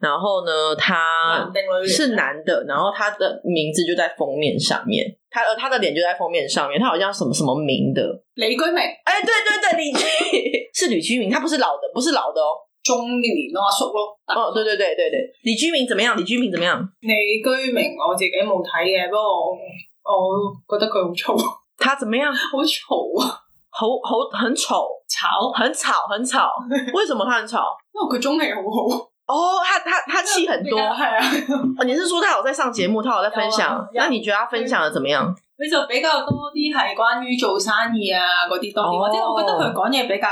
[SPEAKER 1] 然后呢，他
[SPEAKER 2] 男啊定女
[SPEAKER 1] 啊是男的，然后他的名字就在封面上面，他呃他的脸就在封面上面，他好像什么什么明的，
[SPEAKER 2] 李居明
[SPEAKER 1] 哎，对对对，李居 是李居明，他不是老的，不是老的哦。
[SPEAKER 2] 中年咯，阿叔咯。
[SPEAKER 1] 哦，对对对对对，李居明怎么样？李居明怎么样？
[SPEAKER 2] 李居明我自己冇睇嘅，不過我我覺得佢好嘈， 好
[SPEAKER 1] 他怎么样？
[SPEAKER 2] 嘈啊，
[SPEAKER 1] 好好很丑，
[SPEAKER 2] 吵，
[SPEAKER 1] 很吵，很 吵。为什么他很吵？
[SPEAKER 2] 因為佢中氣好好，
[SPEAKER 1] 哦，他他他戏很多。
[SPEAKER 2] 係啊。
[SPEAKER 1] 哦你是说他有在上节目，他有在分
[SPEAKER 2] 有
[SPEAKER 1] 享
[SPEAKER 2] 啊？有
[SPEAKER 1] 那你觉得他分享的怎么样？
[SPEAKER 2] 佢就比較多啲係關於做生意啊嗰啲多啲，
[SPEAKER 1] 哦
[SPEAKER 2] 或者我覺得佢講嘢比較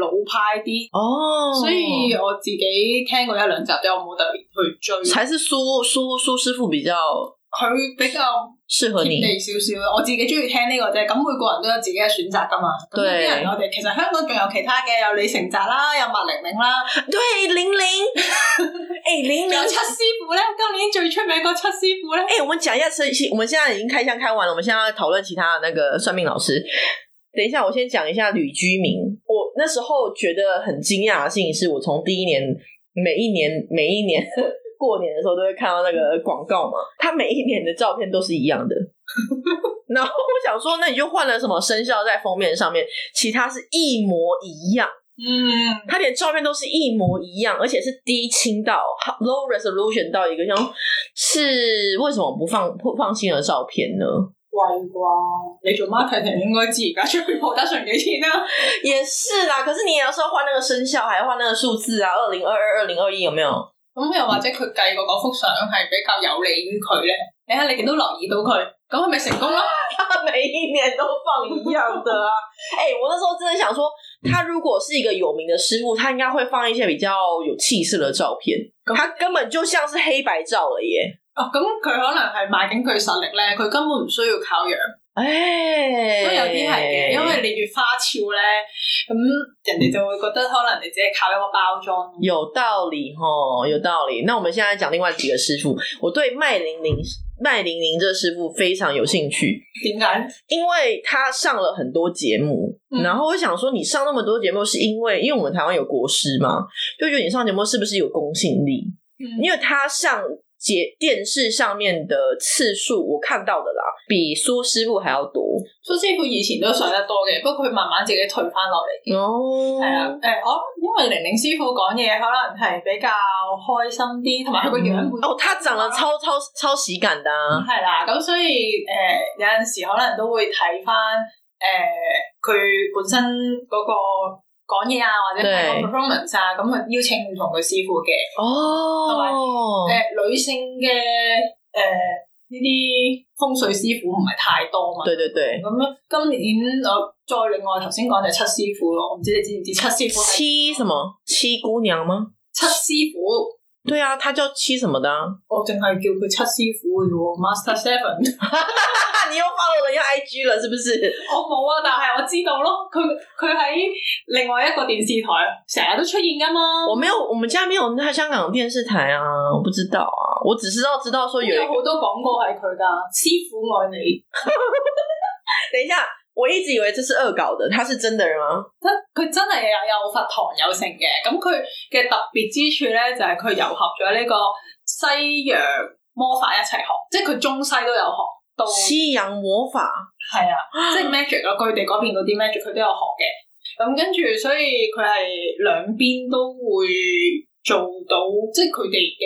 [SPEAKER 2] 老派啲，
[SPEAKER 1] 哦，
[SPEAKER 2] 所以我自己聽過一兩集啫，我冇特別去追。
[SPEAKER 1] 才是苏苏苏师傅比较
[SPEAKER 2] 佢比較
[SPEAKER 1] 适合
[SPEAKER 2] 貼
[SPEAKER 1] 你。
[SPEAKER 2] 地少少，我自己中意聽呢個啫。咁每個人都有自己嘅選擇噶嘛。咁
[SPEAKER 1] 對
[SPEAKER 2] 有啲人我哋其實香港仲有其他嘅，有李成澤啦，有麥玲玲啦，
[SPEAKER 1] 对，玲 玲，哎，玲玲
[SPEAKER 2] 有。七師傅咧。今年最出名嗰七師傅咧，
[SPEAKER 1] 哎、我们讲一下其实我们现在已经开箱开完了，我们现在要讨论其他的那个算命老师。等一下，我先讲一下吕居明。我那时候觉得很惊讶的事情是，我从第一年每一年每一年 过年的时候都会看到那个广告嘛，他每一年的照片都是一样的。 然后我想说，那你就换了什么生肖在封面上面，其他是一模一样。
[SPEAKER 2] 嗯，
[SPEAKER 1] 他连照片都是一模一样，而且是低清到 low resolution 到一个像是为什么不放不放心的照片呢？
[SPEAKER 2] 貴啩？你做 marketing 應該知而家出去冇得順幾錢啦。
[SPEAKER 1] 也是啦，可是你也是要换那个生肖，还要换那个数字啊，二零二二、二零二一有没 有？
[SPEAKER 2] 咁又或者佢計過嗰幅相係比較有利於佢咧？你睇你見到留意到佢，咁係咪成功咯？
[SPEAKER 1] 他每一年都放一样的啊！哎、我那时候真的想说，他如果是一个有名的师傅，他应该会放一些比较有气势的照片，他根本就像是黑白照了耶！
[SPEAKER 2] 哦，咁佢可能係賣緊佢實力咧，佢根本唔需要靠樣，
[SPEAKER 1] 哎、
[SPEAKER 2] 都有啲係嘅，因為你越花俏咧，咁人哋就會覺得可能你只係靠一個包裝。
[SPEAKER 1] 有道理吼，有道理。那我们现在讲另外几个师傅，我对麦玲玲、麦玲玲这师傅非常有兴趣，
[SPEAKER 2] 點解？
[SPEAKER 1] 因为他上了很多节目。
[SPEAKER 2] 嗯
[SPEAKER 1] 然后我想说，你上那么多节目，是因为因为我们台湾有国师嘛，就觉得你上节目是不是有公信力？
[SPEAKER 2] 嗯
[SPEAKER 1] 因为他上节电视上面的次数，我看到的啦，比苏师傅还要多
[SPEAKER 2] 蘇師傅以前都上得多嘅，不過佢慢慢自己退翻落嚟。
[SPEAKER 1] 哦
[SPEAKER 2] 係嗯啊，誒、我因為玲玲師傅講嘢可能係比較開心啲，同埋佢個樣本
[SPEAKER 1] 哦，他长得超超超喜感的啊！
[SPEAKER 2] 係啦，咁所以誒、呃有呃陣時可能都會睇翻誒佢本身嗰個講嘢啊，或者睇
[SPEAKER 3] 對
[SPEAKER 2] 個 performance 啊，咁啊邀請唔同嘅師傅嘅。
[SPEAKER 3] 哦，
[SPEAKER 2] 誒、女性嘅誒呢啲風水師傅唔係太多嘛。
[SPEAKER 1] 对对对，
[SPEAKER 2] 咁樣今年我再另外頭先講就係七師傅咯，我唔知你知唔知七師傅係
[SPEAKER 1] 七什么七姑娘吗？
[SPEAKER 2] 七師傅，
[SPEAKER 1] 对啊，她叫七什么的、啊？
[SPEAKER 2] 我淨係叫佢七師傅嘅啫喎，Master Seven。
[SPEAKER 1] 啊你又 follow 人家 IG 了是不是？
[SPEAKER 2] 我冇啊，但係我知道咯，佢佢喺另外一個電視台成日都出現噶嘛。
[SPEAKER 1] 我没有，我们家没有那香港的电视台啊，我不知道啊，我只知道知道说有一
[SPEAKER 2] 有
[SPEAKER 1] 个
[SPEAKER 2] 好多廣告係佢噶，師傅愛你，
[SPEAKER 1] 等一下，我一直以为这是恶搞的，他是真的人吗？
[SPEAKER 2] 真佢真係有有佛堂有成嘅。咁佢嘅特別之處咧，就係佢糅合咗呢個西洋魔法一齊學，即係佢中西都有學到，
[SPEAKER 1] 西洋魔法，
[SPEAKER 2] 係啊，即係 magic 咯。佢哋嗰邊嗰啲 magic 佢都有學嘅。咁跟住，所以佢係兩邊都會做到，即係佢哋嘅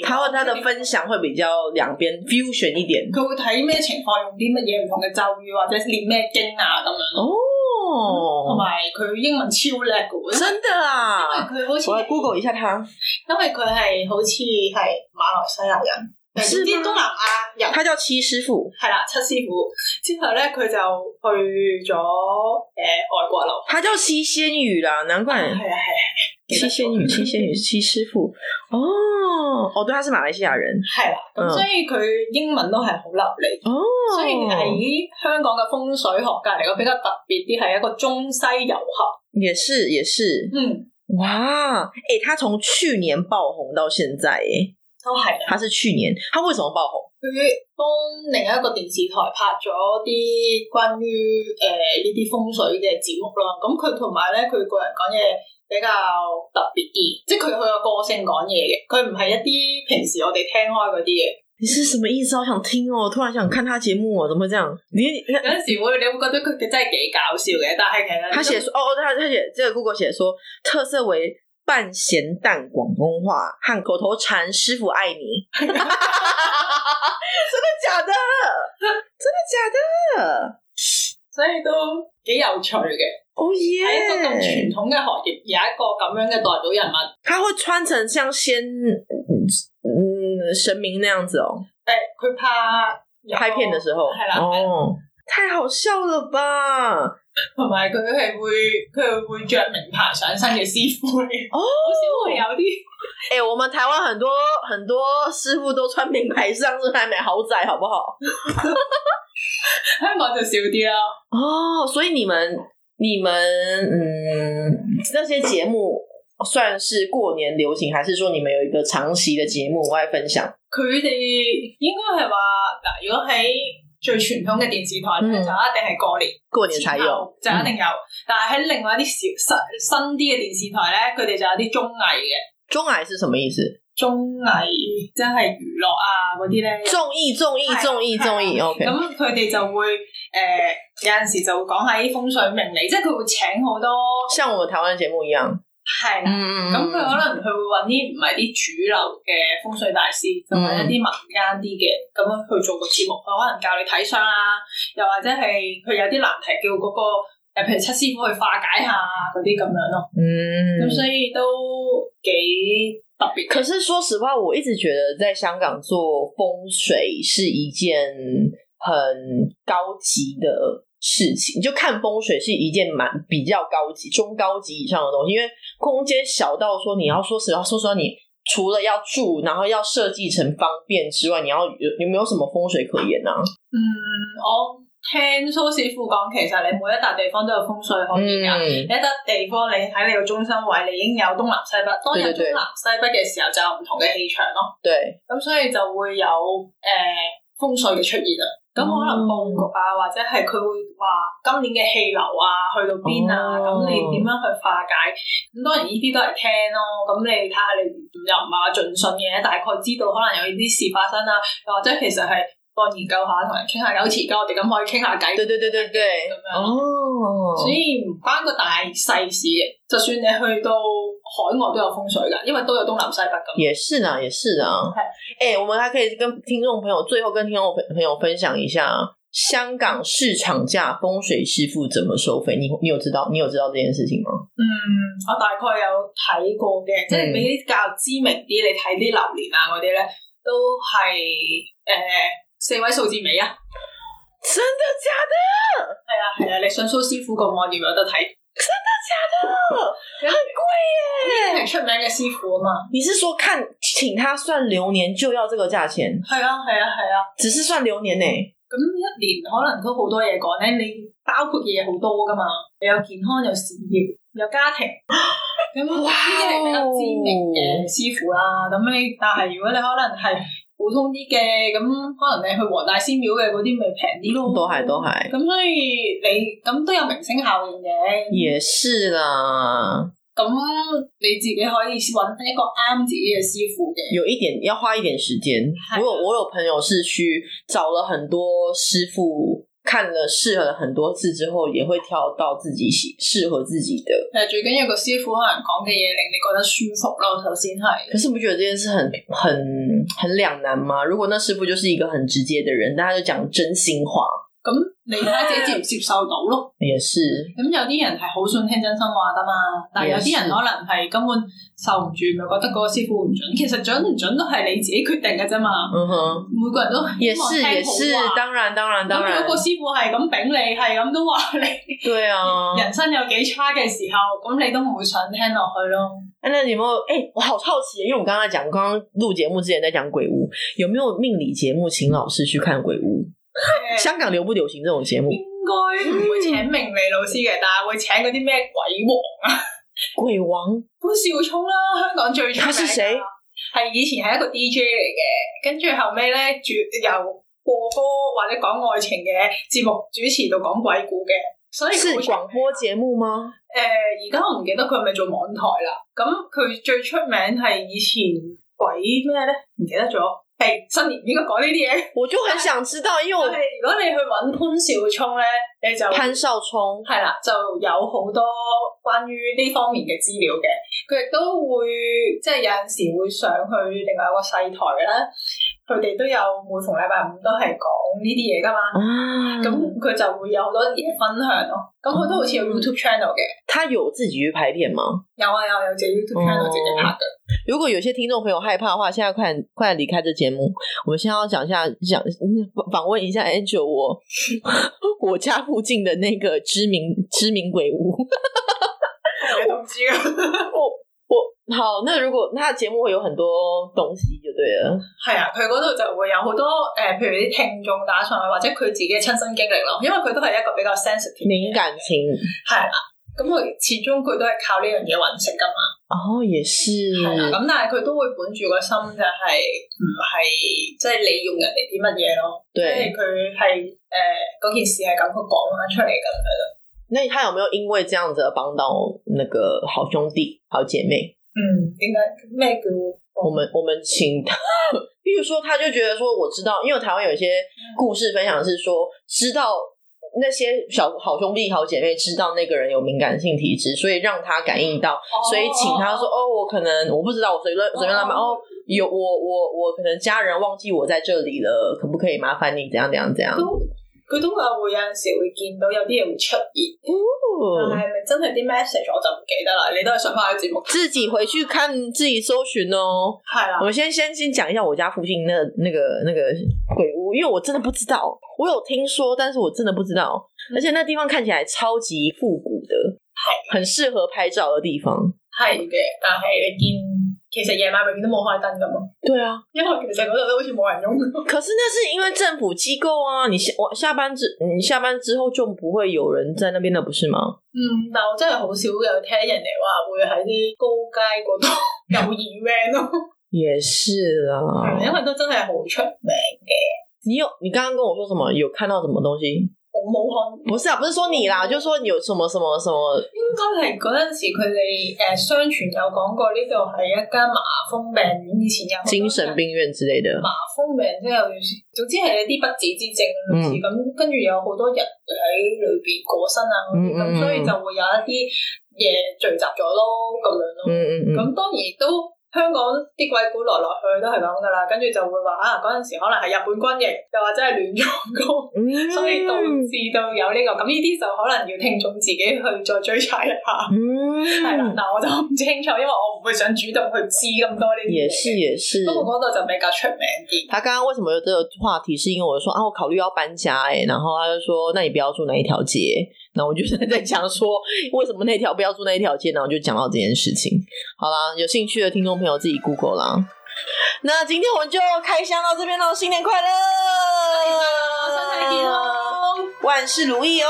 [SPEAKER 2] 嘢。
[SPEAKER 1] 他和他的分享会比較兩邊 fusion 一點。
[SPEAKER 2] 佢會睇咩情況用啲乜嘢唔同嘅咒語，或者練咩經啊咁樣咯。同
[SPEAKER 1] 哦，
[SPEAKER 2] 埋佢英文超叻嘅喎，因為
[SPEAKER 1] 真的啊！
[SPEAKER 2] 因為佢好似
[SPEAKER 1] 我來 Google 一下他，
[SPEAKER 2] 因為佢係好似係馬來西亞人，
[SPEAKER 1] 是
[SPEAKER 2] 誒
[SPEAKER 1] 嗎
[SPEAKER 2] 啲東南亞人
[SPEAKER 1] 他叫七師傅，
[SPEAKER 2] 係啦，七師傅之後咧，佢就去咗誒、呃外國留
[SPEAKER 1] 他叫七仙女啦，難怪
[SPEAKER 2] 學，係啊係啊
[SPEAKER 1] 七仙女，七 仙女是七師傅。哦，哦，對，他是馬來西亞人。
[SPEAKER 2] 係啦，咁、
[SPEAKER 1] 嗯
[SPEAKER 2] 所以佢英文都係好流利。
[SPEAKER 1] 哦，
[SPEAKER 2] 所以喺香港嘅風水學界嚟講，比較特別啲係一個中西糅合。
[SPEAKER 1] 也是也是，
[SPEAKER 2] 嗯，
[SPEAKER 1] 哇，哎、他從去年爆紅到現在，哎，
[SPEAKER 2] 都係啊。
[SPEAKER 1] 他是去年，他為什麼爆紅？
[SPEAKER 2] 佢幫另一個電視台拍咗啲關於誒呢啲風水嘅節目啦。咁佢同埋咧，佢個人講嘢比較特別啲，即係佢佢個個性講嘢嘅，佢唔係一啲平時我哋聽開嗰啲嘢。
[SPEAKER 1] 你是什么意思？好想听哦！突然想看他節目哦，怎麼會這樣？你
[SPEAKER 2] 有陣時會你會覺得佢佢真係幾搞笑嘅，但係其實
[SPEAKER 1] 他寫說哦，他他寫這個 Google 寫說特色為半鹹淡廣東話和口頭禪師傅愛你， 真的假的？真的假的？
[SPEAKER 2] 所以都幾有趣嘅。
[SPEAKER 1] 哦
[SPEAKER 2] 喺一個咁傳
[SPEAKER 1] 耶！
[SPEAKER 2] 統嘅行業，有一個咁樣嘅代表人物，
[SPEAKER 1] 他會穿成像仙嗯神明那樣子哦，
[SPEAKER 2] 誒佢拍有
[SPEAKER 1] 拍片的時候
[SPEAKER 2] 係啦係啦
[SPEAKER 1] 哦，太好笑了吧？
[SPEAKER 2] 同埋佢係會佢係會着名牌上身嘅師傅嚟嘅。
[SPEAKER 1] 哦，
[SPEAKER 2] 好少會有啲
[SPEAKER 1] 哎、我们台湾很多很多师傅都穿名牌上身来买豪宅，好不好？
[SPEAKER 2] 香港就少啲啦。
[SPEAKER 1] 哦，所以你们你们嗯，那些节目算是过年流行，还是说你们有一个长期的节目外分享？
[SPEAKER 2] 佢哋應該係話嗱，如果喺最傳統嘅電視台
[SPEAKER 1] 嗯
[SPEAKER 2] 咧，就一定係過年
[SPEAKER 1] 过年才有
[SPEAKER 2] 之後就一
[SPEAKER 1] 嗯
[SPEAKER 2] 定有。但係喺另外一啲小新新啲嘅電視台咧，佢哋就有啲綜藝嘅
[SPEAKER 1] 综艺是什么意思？
[SPEAKER 2] 綜藝，即係娛樂啊嗰啲咧。
[SPEAKER 1] 综艺综艺综艺综艺，OK，
[SPEAKER 2] 啊咁佢哋就會誒、呃有陣時就會講喺風水命理，即係佢會請好多
[SPEAKER 1] 像我们台湾的节目一样。
[SPEAKER 2] 係
[SPEAKER 1] 嗯
[SPEAKER 2] 啦。咁佢可能佢會揾啲唔係啲主流嘅風水大師，就揾一啲民間啲嘅咁樣去做個節目。佢可能教你睇相啦，又或者係佢有啲難題叫嗰、個誒譬如七師傅去化解下嗰啲咁樣咯。
[SPEAKER 1] 嗯
[SPEAKER 2] 咁、所以都幾特別嘅。
[SPEAKER 1] 可是说实话，我一直觉得在香港做风水是一件很高级的事情，就看风水是一件蛮比较高级、中高级以上的东西，因为空间小到说你要说实话，说实话你。除了要住，然后要设计成方便之外，你要有有没有什么风水可言呢、啊？
[SPEAKER 2] 嗯，我聽蘇師傅講，其實你每一笪地方都有風水可以㗎。
[SPEAKER 1] 嗯，
[SPEAKER 2] 你一笪地方，你喺你個中心位，你已經有東南西北。當有
[SPEAKER 1] 對對
[SPEAKER 2] 東
[SPEAKER 1] 對
[SPEAKER 2] 南西北嘅時候，就有唔同嘅氣場咯。
[SPEAKER 1] 对，
[SPEAKER 2] 咁所以就會有誒、呃、風水嘅出現啦。咁可
[SPEAKER 1] 哦
[SPEAKER 2] 能佈局啊，或者係佢會話今年嘅氣流啊，去到邊啊，咁、
[SPEAKER 1] 哦
[SPEAKER 2] 你點樣去化解？咁當然呢啲都係聽咯。咁你睇下你又唔係話盡信嘅，大概知道可能有呢啲事發生啊，又或者其實係當研究下，同人傾下偈，好似而家我哋咁可以傾下偈。
[SPEAKER 1] 对对对对对
[SPEAKER 2] 咁，
[SPEAKER 1] 哦，
[SPEAKER 2] 樣所以唔關個大細事嘅，就算你去到海外都有風水㗎，因為都有東南西北咁。
[SPEAKER 1] 也是嗯啦，也是啦。哎、我们还可以跟听众朋友最后跟听众朋友分享一下，香港市场价风水师傅怎么收费？你你有知道你有知道这件事情吗？
[SPEAKER 2] 嗯，我大概有睇過嘅，即係俾啲較知名啲，你睇啲榴蓮啊嗰啲咧，都係誒、四位數字尾啊。
[SPEAKER 1] 真的假的？
[SPEAKER 2] 係啊係啊，你想蘇師傅個網頁有得睇，
[SPEAKER 1] 很贵耶！
[SPEAKER 2] 係出名嘅師傅啊嘛。
[SPEAKER 1] 你是说看请他算流年就要这个价钱？
[SPEAKER 2] 係啊係啊係啊，
[SPEAKER 1] 只是算流年呢、
[SPEAKER 2] 咁一年可能都好多嘢講咧，你包括嘅嘢好多噶嘛，你有健康，有事業，有家庭， 咁呢啲係比較知名嘅師傅啦。咁你但係如果你可能係普通啲嘅，咁可能你去黃大仙廟嘅嗰啲咪平啲咯。
[SPEAKER 1] 都係都係
[SPEAKER 2] 咁所以你咁都有明星效應嘅，
[SPEAKER 1] 也是啦，
[SPEAKER 2] 咁你自己可以揾一個啱自己嘅師傅嘅。
[SPEAKER 1] 有一点要花一点时间。我
[SPEAKER 2] 嗨
[SPEAKER 1] 有我有朋友是去找了很多师傅。看了试了很多次之后，也会挑到自己喜适合自己的。
[SPEAKER 2] 誒最緊要個師傅可能講嘅嘢令你覺得舒服咯，首先係。
[SPEAKER 1] 可是你不觉得这件事很很很两难吗？如果那师傅就是一个很直接的人，但他就讲真心话，
[SPEAKER 2] 咁你睇下自己接唔接受到咯。
[SPEAKER 1] 也是
[SPEAKER 2] 咁有啲人係好想聽真心話噶嘛，但係有啲人可能係根本受唔住，咪覺得嗰個師傅唔準。其實準唔準都係你自己決定嘅啫嘛。
[SPEAKER 1] 嗯哼，
[SPEAKER 2] 每個人都
[SPEAKER 1] 也
[SPEAKER 2] 希望
[SPEAKER 1] 是也是
[SPEAKER 2] 聽好，話。
[SPEAKER 1] 当然当然当
[SPEAKER 2] 咁
[SPEAKER 1] 然
[SPEAKER 2] 如果，個師傅係咁丙你，係咁都話 你
[SPEAKER 1] 对啊。
[SPEAKER 2] 人生有幾差嘅時候，咁你都唔會想聽落去 咯。
[SPEAKER 1] 哎那有没有？哎、我好好奇，因为我刚刚在讲，刚刚录节目之前在讲鬼屋，有没有命理节目请老师去看鬼屋？香港流不流行这种节目？
[SPEAKER 2] 應該唔會請明理老師嘅，但係會請嗰啲咩鬼王
[SPEAKER 1] 鬼王
[SPEAKER 2] 潘少聰啦，香港最出
[SPEAKER 1] 他
[SPEAKER 2] 名㗎。
[SPEAKER 1] 是誰
[SPEAKER 2] 係以前係一個 DJ 嚟嘅，跟住後尾咧，主由播歌或者講愛情嘅節目主持到講鬼故嘅，所以
[SPEAKER 1] 是
[SPEAKER 2] 好出名
[SPEAKER 1] 广播節目吗？
[SPEAKER 2] 誒，而家、我唔記得佢係咪做網台啦。咁佢最出名係以前鬼咩咧？唔記得咗。係新年唔應該講呢啲嘢。
[SPEAKER 1] 我就很想知道，因为
[SPEAKER 2] 但
[SPEAKER 1] 我
[SPEAKER 2] 係如果你去揾潘少聰咧，你就
[SPEAKER 1] 潘少聪
[SPEAKER 2] 係啦，就有好多關於呢方面嘅資料嘅，佢亦都會即係有陣時會上去另外有個細台啦，佢哋都有每逢禮拜五都係講呢啲嘢噶嘛，
[SPEAKER 1] 啊，
[SPEAKER 2] 咁佢、就會有好多嘢分享咯。咁佢都好似有 YouTube channel 嘅，
[SPEAKER 1] 他有自己去拍片吗？
[SPEAKER 2] 有啊有啊有隻 YouTube channel 自己拍嘅，
[SPEAKER 1] 如果有些听众朋友害怕的话，现在快快离开这节目。我们现在要讲一下，讲访访问一下 Angel，我 我家附近的那个知名知名鬼屋。 哦
[SPEAKER 2] 你都唔知㗎。
[SPEAKER 1] 我好，那如果他的节目会有很多东西就对了。
[SPEAKER 2] 係啊，佢嗰度就會有好多誒、呃譬如啲聽眾打上去，或者佢自己嘅親身經歷咯，因為佢都係一個比較 sensitive 嘅
[SPEAKER 1] 敏感情
[SPEAKER 2] 係啦。咁佢始終佢都係靠呢樣嘢揾食噶嘛，
[SPEAKER 1] 哦，也是
[SPEAKER 2] 係啦。咁但係佢都會本住個心就係唔係即係利用人哋啲乜嘢咯，即係
[SPEAKER 1] 对。
[SPEAKER 2] 佢係誒呃嗰件事係咁佢講翻出嚟咁樣咯。
[SPEAKER 1] 那他有没有因为这样子而帮到那个好兄弟、好姐妹？
[SPEAKER 2] 嗯，點解咩叫
[SPEAKER 1] 我们我们请他，比如说他就觉得说，我知道，因为台湾有一些故事分享是说，知道那些小好兄弟、好姐妹知道那个人有敏感性体质，所以让他感应到，所以请他说，哦，我可能我不知道，我随便随便乱买，哦，有我我我可能家人忘记我在这里了，可不可以麻烦你怎样怎样怎样？
[SPEAKER 2] 都佢都話會有陣時會見到有啲嘢會出現，
[SPEAKER 1] 哦
[SPEAKER 2] 但係咪真係啲 message 我就唔記得啦。你都係上翻去節目
[SPEAKER 1] 自己回去看，自己搜寻哦。
[SPEAKER 2] 係啦
[SPEAKER 1] 我。们先先先讲一下我家附近那那个那个鬼屋，因为我真的不知道，我有听说，但是我真的不知道。
[SPEAKER 2] 嗯
[SPEAKER 1] 而且那地方看起来超级复古的，很适合拍照的地方。
[SPEAKER 2] 係嘅，但係你見其實夜晚永遠都冇開燈噶嘛，
[SPEAKER 1] 对啊，
[SPEAKER 2] 因為其實嗰度都好似冇人用。
[SPEAKER 1] 可是那是因为政府机构啊，你下我下班之你下班之后就不会有人在那边了，不是吗？
[SPEAKER 2] 嗯，但我真係好少有聽人哋話會喺啲高街 嗰度有 event
[SPEAKER 1] 哦
[SPEAKER 2] 咯，
[SPEAKER 1] 也是
[SPEAKER 2] 因
[SPEAKER 1] 啦，
[SPEAKER 2] 為都真係好出名嘅。
[SPEAKER 1] 你有你刚刚跟我说什么？有看到什么东西？
[SPEAKER 2] 我冇看，
[SPEAKER 1] 不是啊，不是说你啦，就说有什么什么什么
[SPEAKER 2] 應該係嗰陣時佢哋誒呃相傳有講過呢度係一間麻風病院，以前有好多
[SPEAKER 1] 精神病院之类的。
[SPEAKER 2] 麻風病即係有，總之係一啲不治之症
[SPEAKER 1] 嗯
[SPEAKER 2] 類似咁，跟住有好多人喺裏邊過身啊嗰
[SPEAKER 1] 嗯
[SPEAKER 2] 啲，咁、
[SPEAKER 1] 嗯嗯
[SPEAKER 2] 所以就會有一啲嘢聚集咗咯，咁樣咯。
[SPEAKER 1] 嗯嗯嗯
[SPEAKER 2] 咁、當然亦都香港啲鬼故來來去去都係咁噶啦，跟住就會話啊嗰陣時可能係日本軍營，又或者係亂葬崗，
[SPEAKER 1] 嗯
[SPEAKER 2] 所以導致到有呢、個咁呢啲就可能要聽眾自己去再追查一下。係啦，
[SPEAKER 1] 嗯，
[SPEAKER 2] 但我就唔清楚，因為我唔會想主動去知咁多呢啲
[SPEAKER 1] 也
[SPEAKER 2] 嘢
[SPEAKER 1] 是
[SPEAKER 2] 嘅。
[SPEAKER 1] 也嗯是。
[SPEAKER 2] 不過嗰度就比較出名啲。
[SPEAKER 1] 他刚刚为什么有这个话题？是因为我说啊，我考虑要搬家哎、欸然后他就说，那你不要住那一条街。 那我就在讲说，为什么那条不要住那一条街？然后就讲到这件事情。好啦，有兴趣的听众朋友自己 Google 啦。那今天我们就开箱到这边喽，新年快乐！
[SPEAKER 2] 身體健康，
[SPEAKER 1] 万事如意哦。